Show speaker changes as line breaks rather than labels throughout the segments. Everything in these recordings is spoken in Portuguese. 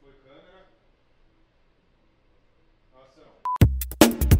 Foi câmera. Ação.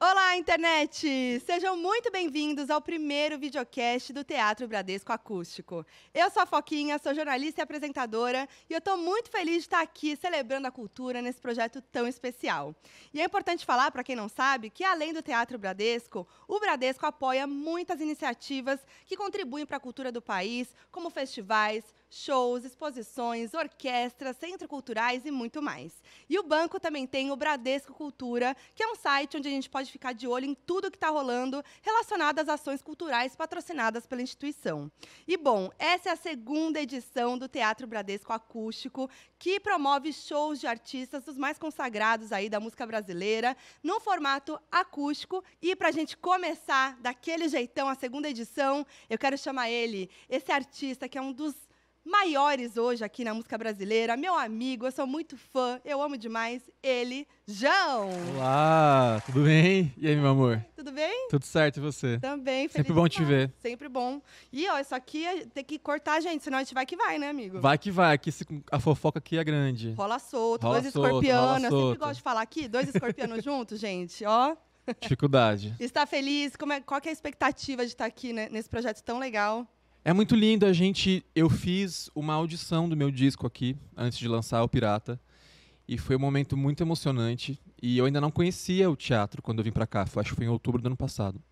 Olá, internet! Sejam muito bem-vindos ao primeiro videocast do Teatro Bradesco Acústico. Eu sou a Foquinha, sou jornalista e apresentadora, e eu estou muito feliz de estar aqui celebrando a cultura nesse projeto tão especial. E é importante falar, para quem não sabe, que além do Teatro Bradesco, o Bradesco apoia muitas iniciativas que contribuem para a cultura do país, como festivais, shows, exposições, orquestras, centros culturais e muito mais. E o banco também tem o Bradesco Cultura, que é um site onde a gente pode ficar de olho em tudo que está rolando relacionado às ações culturais patrocinadas pela instituição. E bom, essa é a segunda edição do Teatro Bradesco Acústico, que promove shows de artistas dos mais consagrados aí da música brasileira, num formato acústico. E para a gente começar daquele jeitão a segunda edição, eu quero chamar ele, esse artista que é um dos maiores hoje aqui na música brasileira. Meu amigo, eu sou muito fã, eu amo demais ele, João.
Olá, tudo bem? E aí, meu amor?
Tudo bem?
Tudo certo e você?
Também, feliz
Sempre bom te
demais.
ver.
Sempre bom. E ó, isso aqui é- tem que cortar a gente, senão a gente vai que vai, né, amigo?
Vai que vai, aqui se- a fofoca aqui é grande.
Rola solto,
Rola
dois
solto, rola
escorpianos. Eu sempre
solto.
gosto de falar aqui, dois escorpianos juntos, gente, ó.
Dificuldade.
Está feliz? Como é, qual que é a expectativa de estar aqui né, nesse projeto tão legal?
É muito lindo, a gente. Eu fiz uma audição do meu disco aqui, antes de lançar o Pirata. E foi um momento muito emocionante. E eu ainda não conhecia o teatro quando eu vim pra cá. foi- Acho que foi em outubro do ano passado.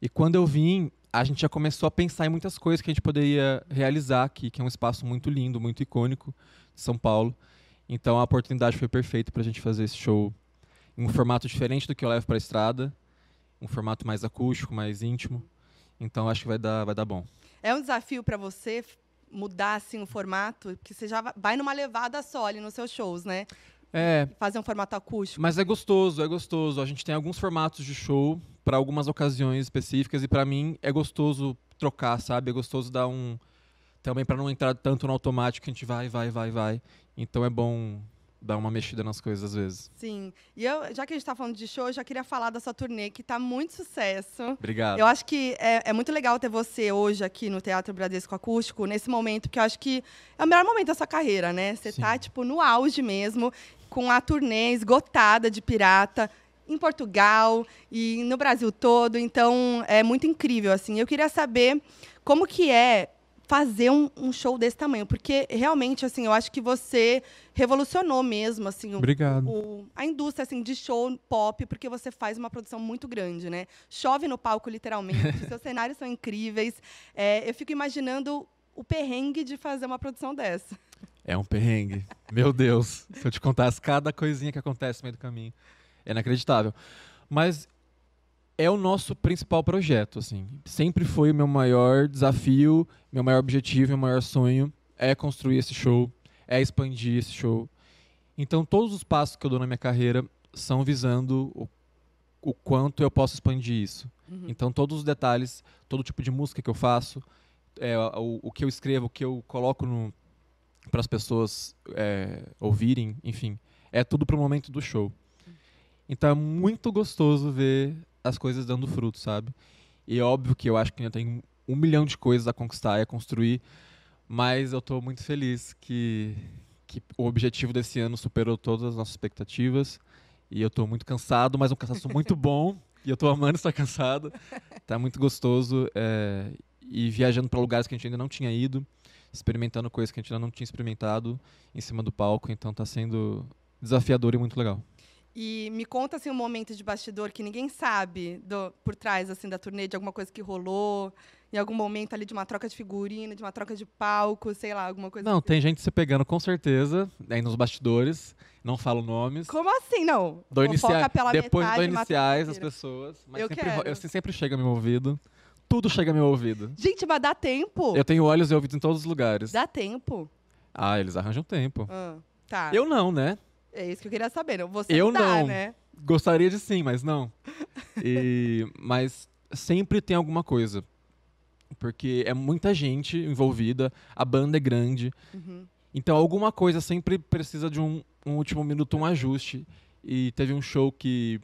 E quando eu vim, a gente já começou a pensar em muitas coisas que a gente poderia realizar aqui, que é um espaço muito lindo, muito icônico de São Paulo. Então a oportunidade foi perfeita pra gente fazer esse show em um formato diferente do que eu levo pra estrada. Um formato mais acústico, mais íntimo. Então acho que vai dar, vai dar bom.
É um desafio para você f- mudar assim o formato, porque você já va- vai numa levada só ali nos seus shows, né?
É,
Fazer um formato acústico.
mas é gostoso, é gostoso. A gente tem alguns formatos de show para algumas ocasiões específicas e para mim é gostoso trocar, sabe? É gostoso dar um também para não entrar tanto no automático, que a gente vai, vai, vai, vai. Então é bom dar uma mexida nas coisas às vezes.
Sim. E eu, já que a gente tá falando de show, eu já queria falar da sua turnê, que tá muito sucesso.
Obrigado.
Eu acho que é, é muito legal ter você hoje aqui no Teatro Bradesco Acústico, nesse momento, que eu acho que é o melhor momento da sua carreira, né? Você tá,
Sim.
tipo, no auge mesmo, com a turnê esgotada de pirata em Portugal e no Brasil todo. Então, é muito incrível, assim. Eu queria saber como que é fazer um, um show desse tamanho, porque realmente, assim, eu acho que você revolucionou mesmo, assim, o,
Obrigado.
o- a indústria assim, de show pop, porque você faz uma produção muito grande, né? Chove no palco, literalmente, seus cenários são incríveis. É, eu fico imaginando o perrengue de fazer uma produção dessa.
É um perrengue. Meu Deus. Se eu te contasse cada coisinha que acontece no meio do caminho. É inacreditável. Mas é o nosso principal projeto, assim. Sempre foi o meu maior desafio, meu maior objetivo, meu maior sonho é construir esse show, é expandir esse show. Então todos os passos que eu dou na minha carreira são visando o, o quanto eu posso expandir isso. Então todos os detalhes, todo tipo de música que eu faço, é, o, o que eu escrevo, o que eu coloco no para as pessoas é, ouvirem, enfim, é tudo pro momento do show. Então é muito gostoso ver as coisas dando fruto, sabe? E é óbvio que eu acho que ainda tem um milhão de coisas a conquistar e a construir, mas eu tô muito feliz que, que o objetivo desse ano superou todas as nossas expectativas e eu tô muito cansado, mas um cansaço muito bom e eu tô amando estar cansado. Tá muito gostoso é, e viajando para lugares que a gente ainda não tinha ido, experimentando coisas que a gente ainda não tinha experimentado em cima do palco, então tá sendo desafiador e muito legal.
E me conta assim, um momento de bastidor que ninguém sabe do- por trás assim, da turnê, de alguma coisa que rolou, em algum momento ali de uma troca de figurina, de uma troca de palco, sei lá, alguma coisa.
Não, tem gente se pegando com certeza, aí nos bastidores, não falo nomes.
Como assim, não?
Dou
Fofoca
inicia...
pela
Depois
metade,
dou
mata-
iniciais as
mentira.
pessoas, mas
Eu
sempre,
quero.
ro- eu- assim, sempre chega ao meu ouvido. Tudo chega ao meu ouvido.
Gente, mas dá tempo?
Eu tenho olhos e ouvidos em todos os lugares.
Dá tempo?
Ah, eles arranjam tempo.
Ah, tá.
Eu não, né?
É isso que eu queria saber. não? Você
Eu
dá,
não.
né?
Gostaria de sim, mas não. E- mas sempre tem alguma coisa. Porque é muita gente envolvida, a banda é grande.
Uhum.
Então alguma coisa sempre precisa de um, um último minuto, um ajuste. E teve um show que,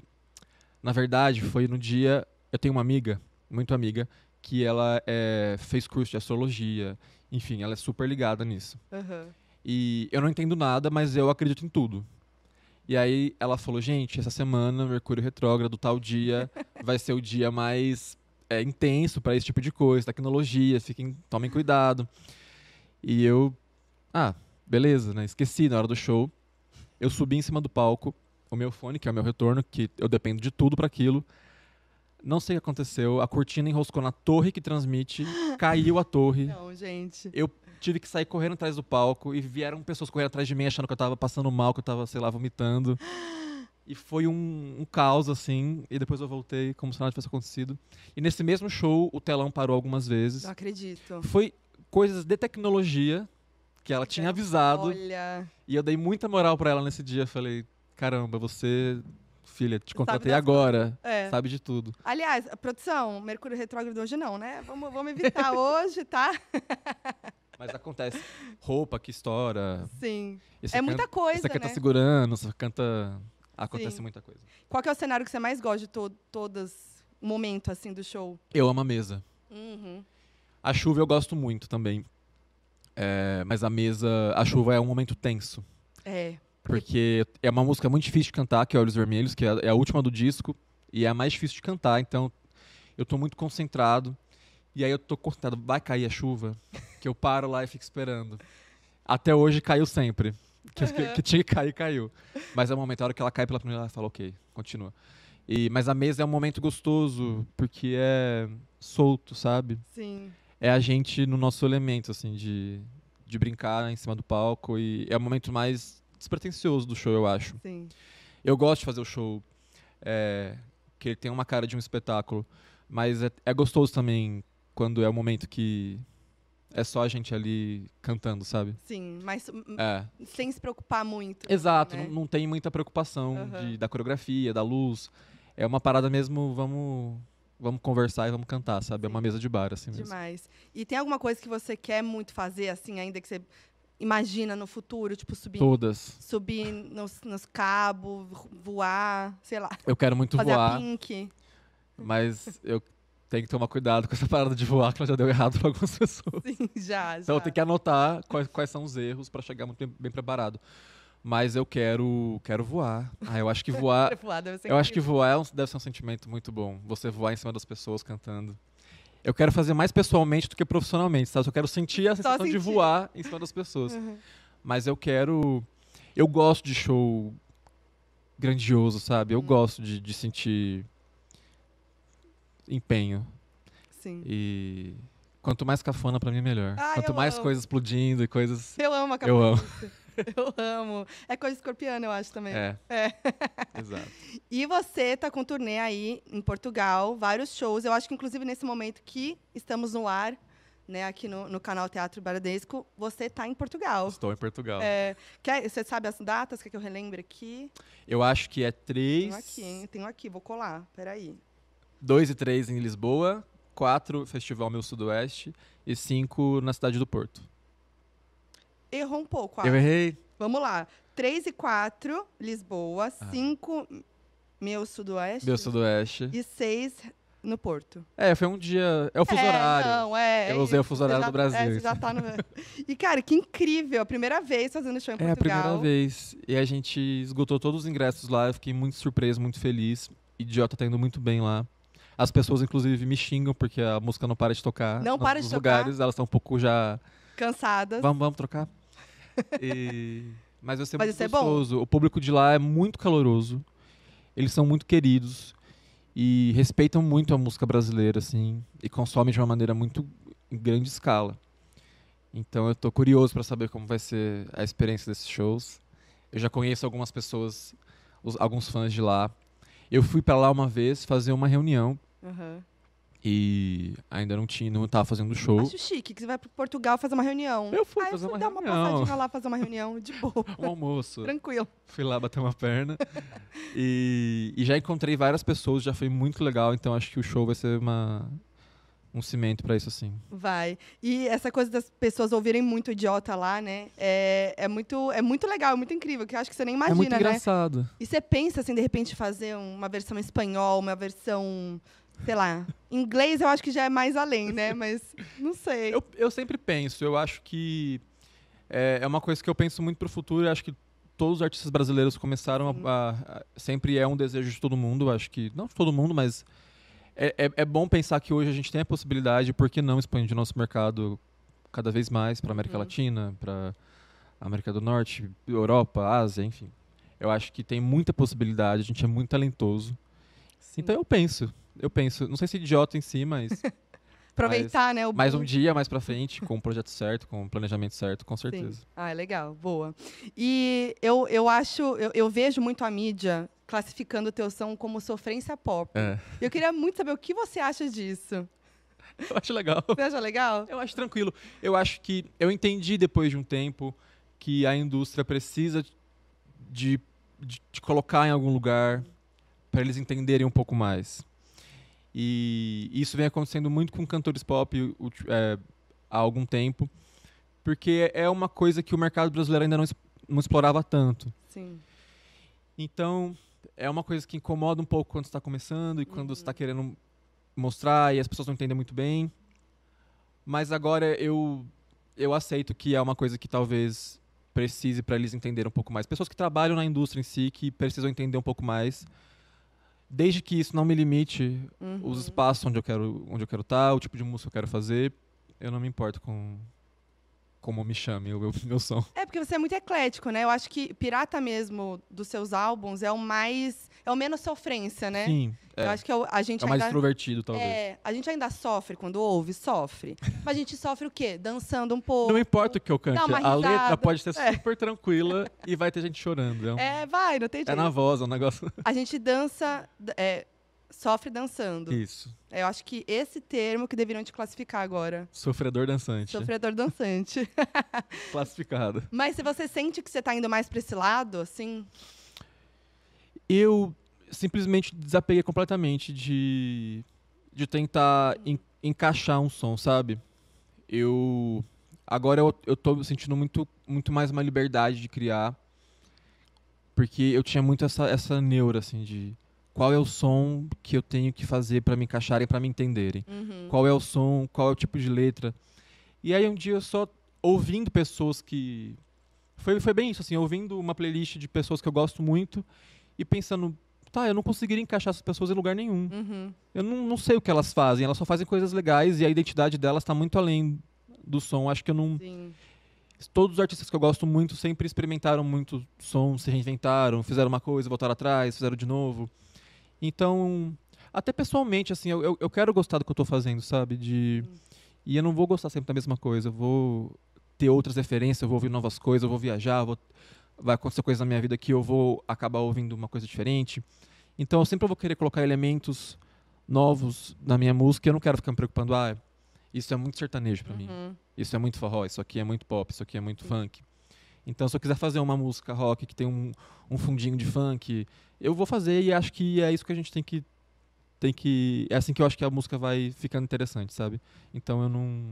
na verdade, foi no dia eu tenho uma amiga, muito amiga, que ela é, fez curso de astrologia, enfim, ela é super ligada nisso.
Aham.
E eu não entendo nada, mas eu acredito em tudo. E aí ela falou, gente, essa semana, Mercúrio retrógrado, tal dia, vai ser o dia mais é, intenso para esse tipo de coisa, tecnologia, fiquem, tomem cuidado. E eu, ah, beleza, né? Esqueci na hora do show. Eu subi em cima do palco, o meu fone, que é o meu retorno, que eu dependo de tudo para aquilo. Não sei o que aconteceu, a cortina enroscou na torre que transmite, caiu a torre.
Não, gente.
Eu tive que sair correndo atrás do palco e vieram pessoas correndo atrás de mim achando que eu tava passando mal, que eu tava, sei lá, vomitando. E foi um, um caos, assim. E depois eu voltei como se nada tivesse acontecido. E nesse mesmo show, o telão parou algumas vezes.
Não acredito.
Foi coisas de tecnologia que ela tinha avisado.
Olha.
E eu dei muita moral pra ela nesse dia. Falei, caramba, você, filha, te contratei
das
agora.
É.
Sabe de tudo.
Aliás, produção, Mercúrio retrógrado hoje não, né? Vamos, vamos evitar hoje, tá?
Mas acontece. Roupa que estoura.
Sim.
Esse tá
É muita coisa,
Você canta
né?
segurando, você canta... Acontece
Sim.
muita coisa.
Qual que é o cenário que você mais gosta de to todos momento assim do show?
Eu amo a mesa.
Uhum.
A chuva eu gosto muito também. É, mas a mesa. A chuva é um momento tenso.
É.
Porque é uma música muito difícil de cantar, que é Olhos Vermelhos, que é a- é a última do disco. E é a mais difícil de cantar, então eu tô muito concentrado. E aí eu tô concentrado, vai cair a chuva, que eu paro lá e fico esperando. Até hoje caiu sempre. Que, que-
Aham.
que tinha que cair, caiu. Mas é um momento, a hora que ela cai pela primeira, ela fala, ok, continua. E, mas a mesa é um momento gostoso, porque é solto, sabe?
Sim.
é a gente no nosso elemento, assim, de, de brincar em cima do palco. E é o momento mais despretensioso do show, eu acho.
Sim.
Eu gosto de fazer o show, é, que ele tem uma cara de um espetáculo. Mas é, é gostoso também quando é o momento que é só a gente ali cantando, sabe?
Sim, mas hum,
É.
sem se preocupar muito.
Exato,
né?
não, não tem muita preocupação
Aham.
de- da coreografia, da luz. É uma parada mesmo, vamos, vamos conversar e vamos cantar, sabe? É uma mesa de bar, assim mesmo.
Demais. E tem alguma coisa que você quer muito fazer, assim, ainda que você imagina no futuro, tipo subir,
Todas.
subir nos, nos cabos, voar, sei lá,
Eu quero muito
fazer
voar.
a pink.
Mas eu tenho que tomar cuidado com essa parada de voar, que ela já deu errado pra algumas pessoas.
Sim, já, já.
Então eu tenho que anotar quais, quais são os erros pra chegar muito bem, bem preparado. Mas eu quero, quero voar. Ah, eu acho que voar,
Voar deve ser
eu acho que
incrível.
voar é um- deve ser um sentimento muito bom. Você voar em cima das pessoas cantando. Eu quero fazer mais pessoalmente do que profissionalmente, sabe? Eu quero sentir a sensação de
sentir. Uhum.
voar em cima das pessoas. Mas eu quero. Eu gosto de show grandioso, sabe?
Uhum.
Eu gosto de, de sentir empenho.
Sim.
E quanto mais cafona, pra mim, melhor.
Ai,
quanto
eu
mais
amo.
coisas explodindo e coisas.
Eu amo a
Eu amo.
Eu amo. É coisa escorpiana, eu acho também.
É.
É.
Exato.
E você tá com turnê aí em Portugal, vários shows. Eu acho que, inclusive, nesse momento que estamos no ar, né, aqui no, no canal Teatro Baradesco, você tá em Portugal.
Estou em Portugal.
É, quer, você sabe as datas? Quer que eu relembre aqui?
Eu acho que é
Tenho
3.
aqui, hein? Tenho aqui, vou colar. Peraí.
2 e 3 em Lisboa. 4, Festival Meu Sudoeste. E 5 na cidade do Porto.
Errou um pouco,
Eu
acho.
errei.
Vamos lá. 3 e 4, Lisboa.
Ah.
5, meu sudoeste.
Meu Sudoeste.
E 6, no Porto.
É, foi um dia. É o fuso
é,
horário.
Não, é,
Eu
é
usei o
isso.
fuso
Você
horário
já-
do Brasil,
é, você já tá no... E, cara, que incrível. A primeira vez fazendo show em
É a
Portugal.
primeira vez. E a gente esgotou todos os ingressos lá. Eu fiquei muito surpreso, muito feliz. Idiota tá indo muito bem lá. As pessoas, inclusive, me xingam porque a música não para de tocar.
Não
nos-
para de
nos
tocar.
lugares, elas estão um pouco já.
Cansadas.
Vamos, vamos trocar? E- Mas vai ser
Mas
muito
isso é bom.
gostoso. O público de lá é muito caloroso. Eles são muito queridos. E respeitam muito a música brasileira, assim. E consomem de uma maneira muito em grande escala. Então eu tô curioso para saber como vai ser a experiência desses shows. Eu já conheço algumas pessoas, os- alguns fãs de lá. Eu fui para lá uma vez fazer uma reunião
Aham.
e ainda não tinha, não tava fazendo show.
Acho chique que você vai pro Portugal fazer uma reunião.
Eu fui
Ah,
fazer
eu
uma
dar uma passadinha
reunião,
lá fazer uma reunião de boa.
um almoço.
Tranquilo.
Fui lá bater uma perna. e, e já encontrei várias pessoas, já foi muito legal, então acho que o show vai ser uma, um cimento pra isso, assim.
Vai. E essa coisa das pessoas ouvirem muito idiota lá, né? É, é muito, é muito legal, é muito incrível, que eu acho que você nem
é muito
imagina, né?
engraçado.
E você pensa, assim, de repente, fazer uma versão em espanhol, uma versão sei lá. Inglês eu acho que já é mais além, né? Mas não sei.
Eu, eu sempre penso, eu acho que é, é uma coisa que eu penso muito pro futuro e acho que todos os artistas brasileiros começaram a, a- a- Sempre é um desejo de todo mundo, acho que. Não de todo mundo, mas. É, é, é bom pensar que hoje a gente tem a possibilidade, por que não expandir nosso mercado cada vez mais para América
Uhum.
Latina, para América do Norte, Europa, Ásia, enfim. Eu acho que tem muita possibilidade, a gente é muito talentoso. Então eu penso, eu penso. Não sei se idiota em si, mas
Aproveitar, né? O
mais
boom.
um dia, mais pra frente, com o projeto certo, com o planejamento certo, com certeza.
Sim. Ah, é legal, boa. E eu, eu acho, eu, eu vejo muito a mídia classificando o teu som como sofrência pop.
É.
Eu queria muito saber o que você acha disso.
Eu acho legal.
Você acha legal?
Eu acho tranquilo. Eu acho que eu entendi depois de um tempo que a indústria precisa de, de, de colocar em algum lugar para eles entenderem um pouco mais. E isso vem acontecendo muito com cantores pop ulti- é, há algum tempo, porque é uma coisa que o mercado brasileiro ainda não, es- não explorava tanto.
Sim.
Então, é uma coisa que incomoda um pouco quando você está começando e quando você está querendo mostrar e as pessoas não entendem muito bem. Mas agora eu, eu aceito que é uma coisa que talvez precise para eles entenderem um pouco mais. Pessoas que trabalham na indústria em si, que precisam entender um pouco mais. Desde que isso não me limite
Uhum.
os espaços onde eu quero onde eu quero estar, o tipo de música que eu quero fazer, eu não me importo com como me chame o meu, meu som.
É, porque você é muito eclético, né? Eu acho que Pirata mesmo, dos seus álbuns, é o mais. É o menos sofrência, né?
Sim, é.
Eu acho que é o- a gente
é o mais
ainda.
extrovertido talvez.
É, a gente ainda sofre quando ouve, sofre. Mas a gente sofre o quê? Dançando um pouco.
Não importa o que eu cante,
Dá uma
a letra
risada.
pode ser
É.
super tranquila e vai ter gente chorando. É, um-
É, vai, não tem
é
jeito.
na voz, é um negócio.
A gente dança, d- é, sofre dançando.
Isso.
Eu acho que esse termo que deveriam te classificar agora.
Sofredor dançante.
Sofredor dançante.
Classificado.
Mas se você sente que você tá indo mais pra esse lado, assim.
Eu simplesmente desapeguei completamente de, de tentar en- encaixar um som, sabe? Eu. Agora eu, eu tô sentindo muito, muito mais uma liberdade de criar. Porque eu tinha muito essa, essa neura, assim, de qual é o som que eu tenho que fazer pra me encaixarem, pra me entenderem.
uhum,
qual é o som, qual é o tipo de letra. E aí um dia eu só ouvindo pessoas que foi foi bem isso assim, ouvindo uma playlist de pessoas que eu gosto muito e pensando, tá, eu não conseguiria encaixar essas pessoas em lugar nenhum.
uhum.
Eu não, não sei o que elas fazem, elas só fazem coisas legais e a identidade delas tá muito além do som. Acho que eu não
Sim.
todos os artistas que eu gosto muito sempre experimentaram muito som, se reinventaram, fizeram uma coisa, voltaram atrás, fizeram de novo. Então, até pessoalmente, assim, eu, eu- eu quero gostar do que eu tô fazendo, sabe? De, e eu não vou gostar sempre da mesma coisa. Eu vou ter outras referências, eu vou ouvir novas coisas, eu vou viajar, eu vou, vai acontecer coisa na minha vida que eu vou acabar ouvindo uma coisa diferente. Então, eu sempre vou querer colocar elementos novos na minha música. Eu não quero ficar me preocupando, ah, isso é muito sertanejo para mim
uhum.
isso é muito forró, isso aqui é muito pop, isso aqui é muito funk. Então, se eu quiser fazer uma música rock que tem um, um fundinho de funk, eu vou fazer e acho que é isso que a gente tem que. Tem que. É assim que eu acho que a música vai ficando interessante, sabe? Então eu não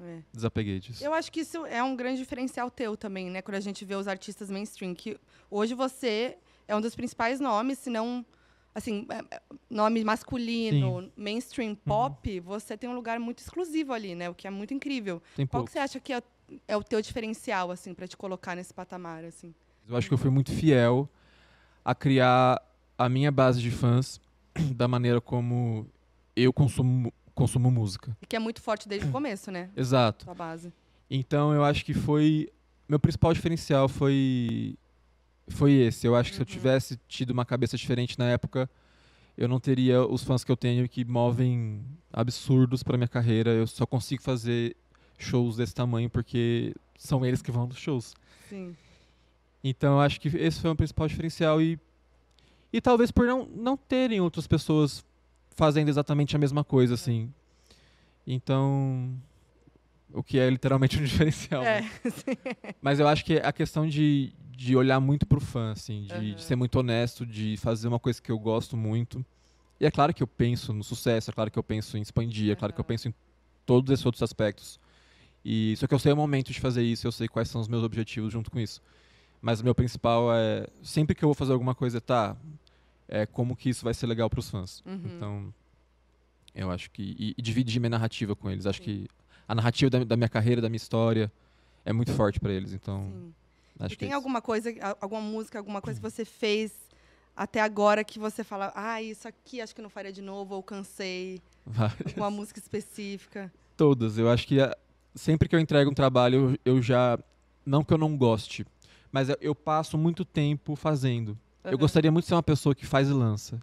É.
desapeguei disso.
Eu acho que isso é um grande diferencial teu também, né? Quando a gente vê os artistas mainstream, que hoje você é um dos principais nomes, se não, assim, é, é, nome masculino, mainstream pop, você tem um lugar muito exclusivo ali, né? O que é muito incrível.
Tem
Qual
pouco.
que você acha que é, é o teu diferencial, assim, para te colocar nesse patamar, assim?
Eu acho que eu fui muito fiel a criar a minha base de fãs da maneira como eu consumo, consumo música.
E que é muito forte desde o começo, né?
Exato.
Tua base.
Então eu acho que foi meu principal diferencial foi foi esse. Eu acho que se eu tivesse tido uma cabeça diferente na época, eu não teria os fãs que eu tenho que movem absurdos pra minha carreira. Eu só consigo fazer shows desse tamanho porque são eles que vão nos shows.
Sim.
Então eu acho que esse foi o principal diferencial e e talvez por não não terem outras pessoas fazendo exatamente a mesma coisa assim. Então o que é literalmente um diferencial. né?
É, sim.
Mas eu acho que a questão de, de olhar muito pro fã, assim, de,
Aham.
de ser muito honesto, de fazer uma coisa que eu gosto muito. E é claro que eu penso no sucesso, é claro que eu penso em expandir, é claro que eu
Aham.
penso em todos esses outros aspectos. E só que eu sei o momento de fazer isso, eu sei quais são os meus objetivos junto com isso. Mas o meu principal é sempre que eu vou fazer alguma coisa, tá? É como que isso vai ser legal pros fãs.
Uhum.
Então, Eu acho que. E, e dividir minha narrativa com eles. Acho que a narrativa da, da minha carreira, da minha história, é muito forte pra eles. Então,
Sim.
acho
E
que.
tem
é isso.
alguma coisa, a- alguma música, alguma coisa que você fez até agora que você fala, ah, isso aqui acho que eu não faria de novo, ou cansei,
Vai.
alguma música específica.
Todas. Eu acho que a- sempre que eu entrego um trabalho, eu, eu já. Não que eu não goste, mas eu, eu passo muito tempo fazendo. Eu
Aham.
gostaria muito de ser uma pessoa que faz e lança.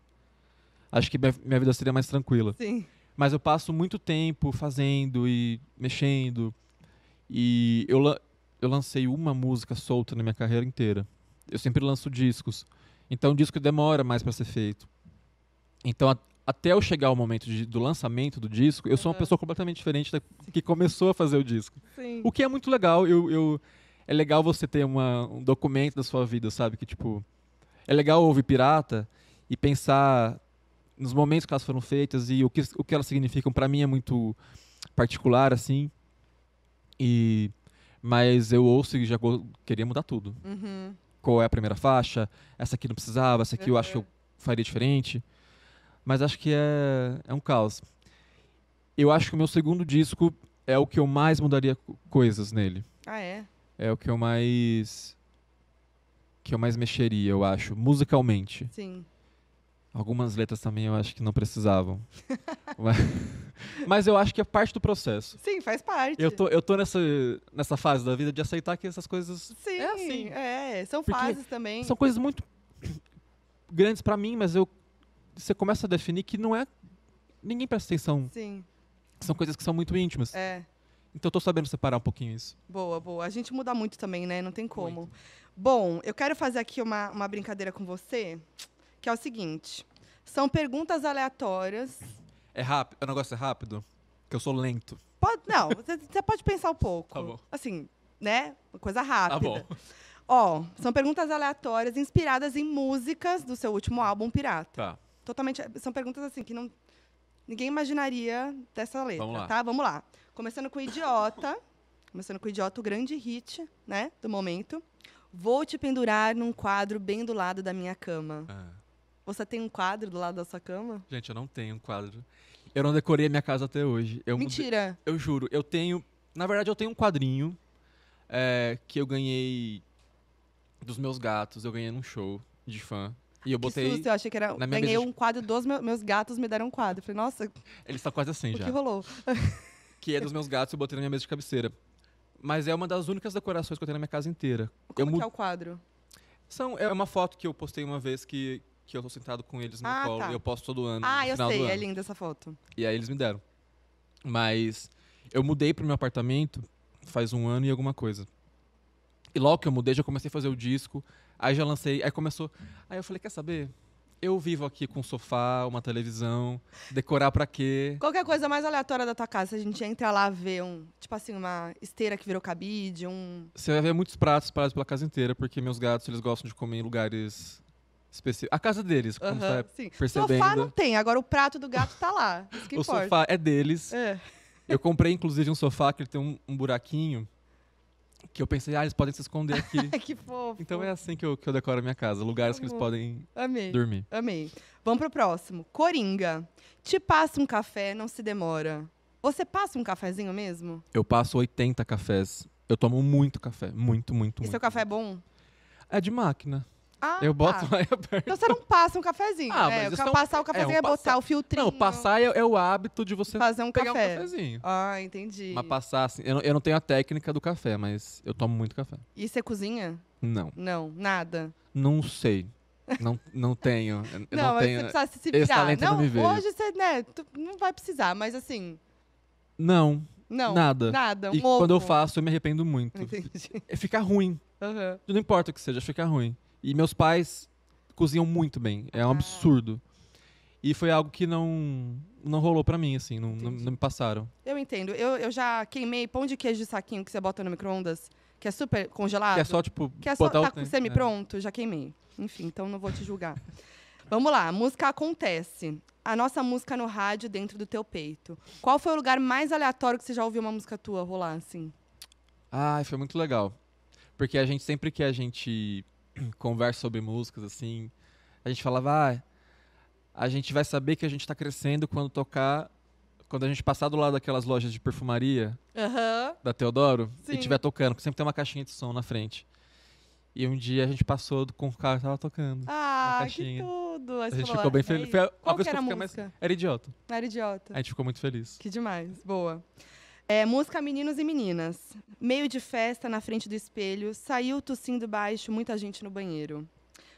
Acho que minha, minha vida seria mais tranquila.
Sim.
Mas eu passo muito tempo fazendo e mexendo. E eu, lan- eu lancei uma música solta na minha carreira inteira. Eu sempre lanço discos. Então o disco demora mais para ser feito. Então a- até eu chegar ao momento de- do lançamento do disco, eu sou uma
Aham.
pessoa completamente diferente da que começou a fazer o disco.
Sim.
O que é muito legal. Eu, eu- é legal você ter uma- um documento da sua vida, sabe? Que tipo. É legal ouvir pirata e pensar nos momentos que elas foram feitas e o que, o que elas significam. Pra mim é muito particular, assim. E. Mas eu ouço e já go- queria mudar tudo.
Uhum.
Qual é a primeira faixa? Essa aqui não precisava, essa aqui eu acho que eu faria diferente. Mas acho que é, é um caos. Eu acho que o meu segundo disco é o que eu mais mudaria co- coisas nele.
Ah, é?
É o que eu mais. que eu mais mexeria, eu acho, musicalmente.
Sim.
Algumas letras também eu acho que não precisavam. mas, mas eu acho que é parte do processo.
Sim, faz parte.
Eu tô, eu tô nessa, nessa fase da vida de aceitar que essas coisas
Sim,
É assim.
é, são
Porque
fases também.
são coisas muito grandes pra mim, mas eu você começa a definir que não é ninguém presta atenção,
Sim,
são coisas que são muito íntimas.
é.
Então eu tô sabendo separar um pouquinho isso.
Boa, boa. A gente muda muito também, né? Não tem como. Bom, eu quero fazer aqui uma, uma brincadeira com você, que é o seguinte. São perguntas aleatórias.
É rápido, o negócio é rápido, que eu sou lento.
Pode, não, você você pode pensar um pouco.
Tá bom.
Assim, né? Uma coisa rápida.
Tá bom.
Ó, são perguntas aleatórias inspiradas em músicas do seu último álbum, Pirata.
Tá.
Totalmente. São perguntas assim que não, ninguém imaginaria dessa letra,
Vamos lá.
tá? Vamos lá. Começando com Idiota. Começando com Idiota, o grande hit, né? Do momento. Vou te pendurar num quadro bem do lado da minha cama.
Ah.
Você tem um quadro do lado da sua cama?
Gente, eu não tenho um quadro. Eu não decorei a minha casa até hoje. Eu mudei-
Mentira.
Eu juro, eu tenho. Na verdade, eu tenho um quadrinho é, que eu ganhei dos meus gatos. Eu ganhei num show de fã. E eu
Que
botei.
susto, eu achei que era.
na minha
Ganhei
mesa de-
um quadro dos meus, meus gatos, me deram um quadro. Falei, nossa,
Ele está quase assim
o
já.
que rolou?
Que é dos meus gatos, eu botei na minha mesa de cabeceira. Mas é uma das únicas decorações que eu tenho na minha casa inteira. eu
Como
mu-
que é o quadro?
São, é uma foto que eu postei uma vez que, que eu tô sentado com eles no
Ah,
colo.
tá.
E eu posto todo ano.
Ah,
no
eu
final do
sei,
ano.
é linda essa foto.
E aí eles me deram. Mas eu mudei pro meu apartamento faz um ano e alguma coisa. E logo que eu mudei, já comecei a fazer o disco. Aí já lancei, aí começou. Aí eu falei, quer saber? Eu vivo aqui com um sofá, uma televisão, decorar pra quê?
Qualquer coisa mais aleatória da tua casa, se a gente entra lá ver um, tipo assim, uma esteira que virou cabide, um.
Você vai ver muitos pratos parados pela casa inteira, porque meus gatos, eles gostam de comer em lugares específicos. A casa deles, como
Aham,
você tá
sim. Sofá não
percebendo.
tem, agora o prato do gato tá lá. Isso que
O
importa.
sofá é deles.
É.
Eu comprei, inclusive, um sofá que ele tem um, um buraquinho que eu pensei, ah, eles podem se esconder aqui.
Ai, que fofo.
Então é assim que eu, que eu decoro a minha casa, lugares que eles
Amor.
podem
Amei.
dormir.
Amei. Vamos pro próximo. Coringa. Te passa um café, não se demora. Você passa um cafezinho mesmo?
Eu passo 80 cafés. Eu tomo muito café, muito, muito,
E
muito.
seu café é bom?
É de máquina.
Ah,
eu boto
tá.
lá e aperto.
Então você não passa um cafezinho,
Ah,
né?
mas
O
isso
ca-
é um-
Passar o
é
cafezinho é,
um
botar
passa-
o filtrinho.
Não, passar é, é o hábito de você
Fazer um
pegar
café.
um cafezinho.
Ah, entendi.
Mas passar assim, eu não, eu não tenho a técnica do café, mas eu tomo muito café.
E você cozinha?
Não,
Não, nada. não
não sei. Não, não tenho. Eu
não,
não,
mas
tenho.
você precisa se- se
esse
virar.
talento não
Não,
me veio.
hoje você, né, tu não vai precisar, mas assim,
Não,
não.
nada.
Nada, um
e
ovo.
quando eu faço, eu me arrependo muito.
Entendi.
É ficar ruim.
Aham.
Não importa o que seja, fica ruim. E meus pais cozinham muito bem. É um
Ah.
absurdo. E foi algo que não não rolou pra mim, assim. Não, não,
Entendi.
não me passaram.
Eu entendo. Eu, eu já queimei pão de queijo de saquinho que você bota no micro-ondas, que é super congelado.
Que é só, tipo,
que é só
botar
tá
o
com
tempo.
semi-pronto, já queimei. Enfim, então não vou te julgar. Vamos lá, música acontece. A nossa música no rádio dentro do teu peito. Qual foi o lugar mais aleatório que você já ouviu uma música tua rolar, assim?
Ai, foi muito legal. Porque a gente, sempre que a gente conversa sobre músicas, assim, a gente falava, ah, a gente vai saber que a gente tá crescendo quando tocar Quando a gente passar do lado daquelas lojas de perfumaria
Aham.
da Teodoro
Sim.
e estiver tocando, porque sempre tem uma caixinha de som na frente. E um dia a gente passou do- com o carro e tava tocando.
Ah, que
caixinha.
tudo. Aí
a
você
gente
falou,
ficou bem
"É
feliz.
isso".
Foi a- a
Qual
vez
que
que
era
eu
a
fiquei mais-
música?
Era idiota.
Não era idiota.
A gente ficou muito feliz.
Que demais, boa. É, música Meninos e Meninas. Meio de festa, na frente do espelho, saiu tossindo baixo, muita gente no banheiro.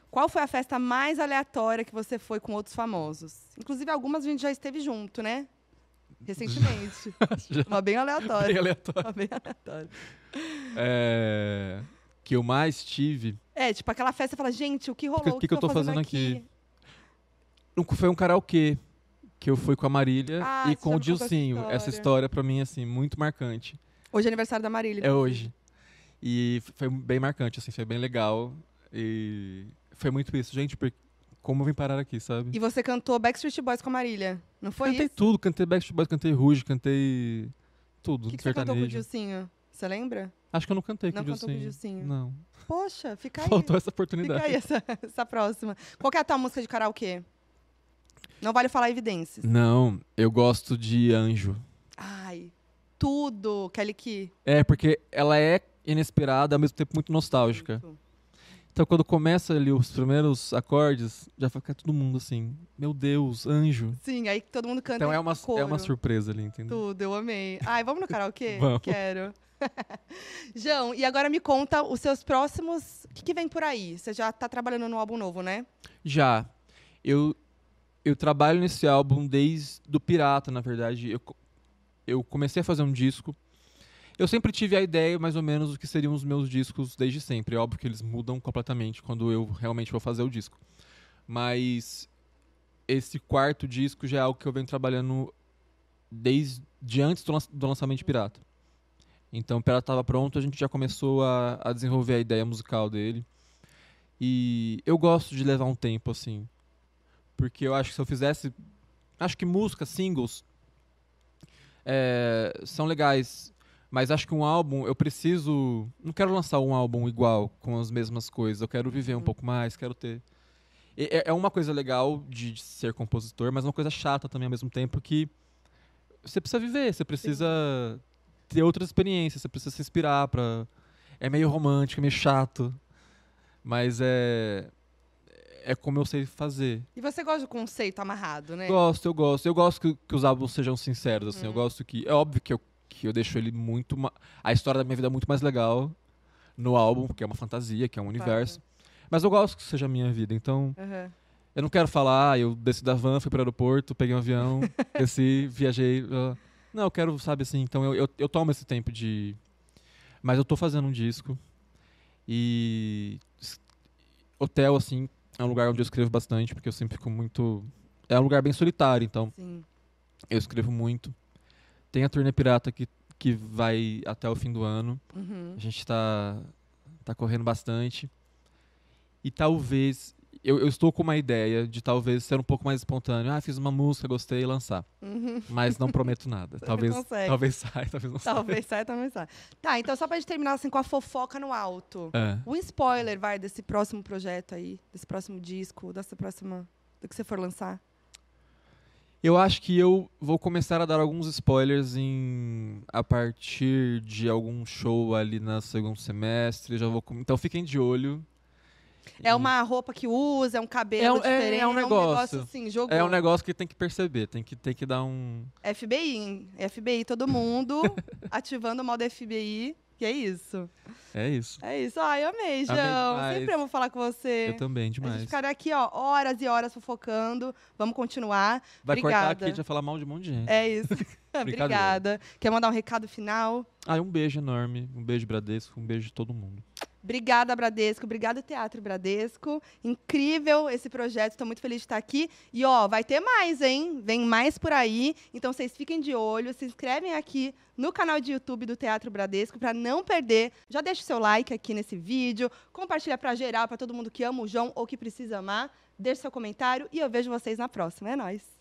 Qual foi a festa mais aleatória que você foi com outros famosos? Inclusive, algumas a gente já esteve junto, né? Recentemente.
Já
Uma bem
bem
aleatória.
aleatório.
Uma bem aleatória.
É, Que eu mais tive.
É, tipo aquela festa, você fala, gente, o que rolou?
que- que eu tô fazendo aqui? Um- Foi um karaokê que eu fui com a Marília
Ah,
e
você já
com o
me contou essa
Dilcinho. Essa
história.
história, pra mim, assim, muito marcante.
Hoje é aniversário da Marília.
É hoje. E f- foi bem marcante, assim, foi bem legal. E foi muito isso, gente, porque como eu vim parar aqui, sabe?
E você cantou Backstreet Boys com a Marília, não foi
cantei
isso?
tudo, cantei Backstreet Boys, cantei Rouge, cantei tudo,
O que, que você cantou
sertanejo.
com o Dilcinho? Você lembra?
Acho que eu não cantei
Não
com o
cantou com o
Dilcinho.
Dilcinho.
Não,
Poxa, fica aí.
faltou essa
Fica aí
oportunidade.
essa, essa próxima. Qual que é a tua música de karaokê? Não vale falar evidências.
Não, eu gosto de Anjo.
Ai, tudo, Kelly Key.
É, porque ela é inesperada, ao mesmo tempo muito nostálgica.
Muito.
Então quando começa ali os primeiros acordes, já fica todo mundo assim, meu Deus, Anjo.
Sim, aí todo mundo canta
Então é uma,
coro.
é uma surpresa ali, entendeu?
Tudo, eu amei. Ai, vamos no karaokê?
Vamos.
Quero. João, e agora me conta os seus próximos... O que, que vem por aí? Você já tá trabalhando no álbum novo, né?
Já. Eu, eu trabalho nesse álbum desde do Pirata, na verdade. Eu, co- eu comecei a fazer um disco. Eu sempre tive a ideia, mais ou menos, do que seriam os meus discos desde sempre. É óbvio que eles mudam completamente quando eu realmente vou fazer o disco. Mas esse quarto disco já é algo que eu venho trabalhando desde de antes do, lan- do lançamento de Pirata. Então, o Pirata estava pronto, a gente já começou a, a desenvolver a ideia musical dele. E eu gosto de levar um tempo, assim. Porque eu acho que se eu fizesse. Acho que música, singles. é, são legais. Mas acho que um álbum, eu preciso. Não quero lançar um álbum igual, com as mesmas coisas. Eu quero viver um pouco mais, quero ter. E- É, é uma coisa legal de, de ser compositor, mas é uma coisa chata também ao mesmo tempo que você precisa viver, você precisa ter outras experiências, você precisa se inspirar pra. É meio romântico, é meio chato. Mas é. É como eu sei fazer.
E você gosta do conceito amarrado, né?
Gosto, eu gosto. Eu gosto que, que os álbuns sejam sinceros, assim. Eu gosto que. É óbvio que eu, que eu deixo ele muito. ma- A história da minha vida é muito mais legal no álbum, porque é uma fantasia, que é um universo. Mas eu gosto que seja a minha vida. Então,
Aham.
eu não quero falar, ah, eu desci da van, fui pro aeroporto, peguei um avião, desci, viajei. ah. Não, eu quero, sabe assim, então eu, eu, eu tomo esse tempo de. Mas eu tô fazendo um disco. E. s- Hotel, assim, é um lugar onde eu escrevo bastante, porque eu sempre fico muito. É um lugar bem solitário, então
Sim.
eu escrevo muito. Tem a turnê pirata que, que vai até o fim do ano.
Uhum.
A gente tá, tá correndo bastante. E talvez. Eu, eu estou com uma ideia de talvez ser um pouco mais espontâneo. Ah, fiz uma música, gostei, lançar.
Uhum.
Mas não prometo nada.
Você
talvez,
consegue. Tá.
talvez saia, talvez não
Talvez saia, talvez saia. Tá, então só pra gente terminar assim com a fofoca no alto.
saia. É.
Um spoiler, vai, desse próximo projeto aí, desse próximo disco, dessa próxima. do que você for lançar.
Eu acho que eu vou começar a dar alguns spoilers em a partir de algum show ali no segundo semestre. Já vou, com- então fiquem de olho.
É uma roupa que usa, é um cabelo
É um- é- é um
diferente.
negócio.
assim, jogo.
É um negócio que tem que perceber, tem que, tem que dar um.
FBI, hein? FBI, todo mundo ativando o modo FBI. E é isso.
É isso.
É isso. Ai, eu amei, João.
demais.
Sempre amo falar com você.
Eu
É.
também,
A gente
demais.
ficaria aqui, ó, horas e horas fofocando. Vamos continuar.
Vai cortar
Obrigada.
aqui, a gente vai falar mal de um monte de gente.
É isso. Obrigada. Quer mandar um recado final?
Ah, um beijo enorme. Um beijo, Bradesco. Um beijo de todo mundo.
Obrigada, Bradesco. Obrigada, Teatro Bradesco. Incrível esse projeto. Estou muito feliz de estar aqui. E, ó, vai ter mais, hein? Vem mais por aí. Então, vocês fiquem de olho. Se inscrevem aqui no canal de YouTube do Teatro Bradesco para não perder. Já deixa o seu like aqui nesse vídeo. Compartilha para geral, para todo mundo que ama o João ou que precisa amar. Deixe seu comentário e eu vejo vocês na próxima. É nóis.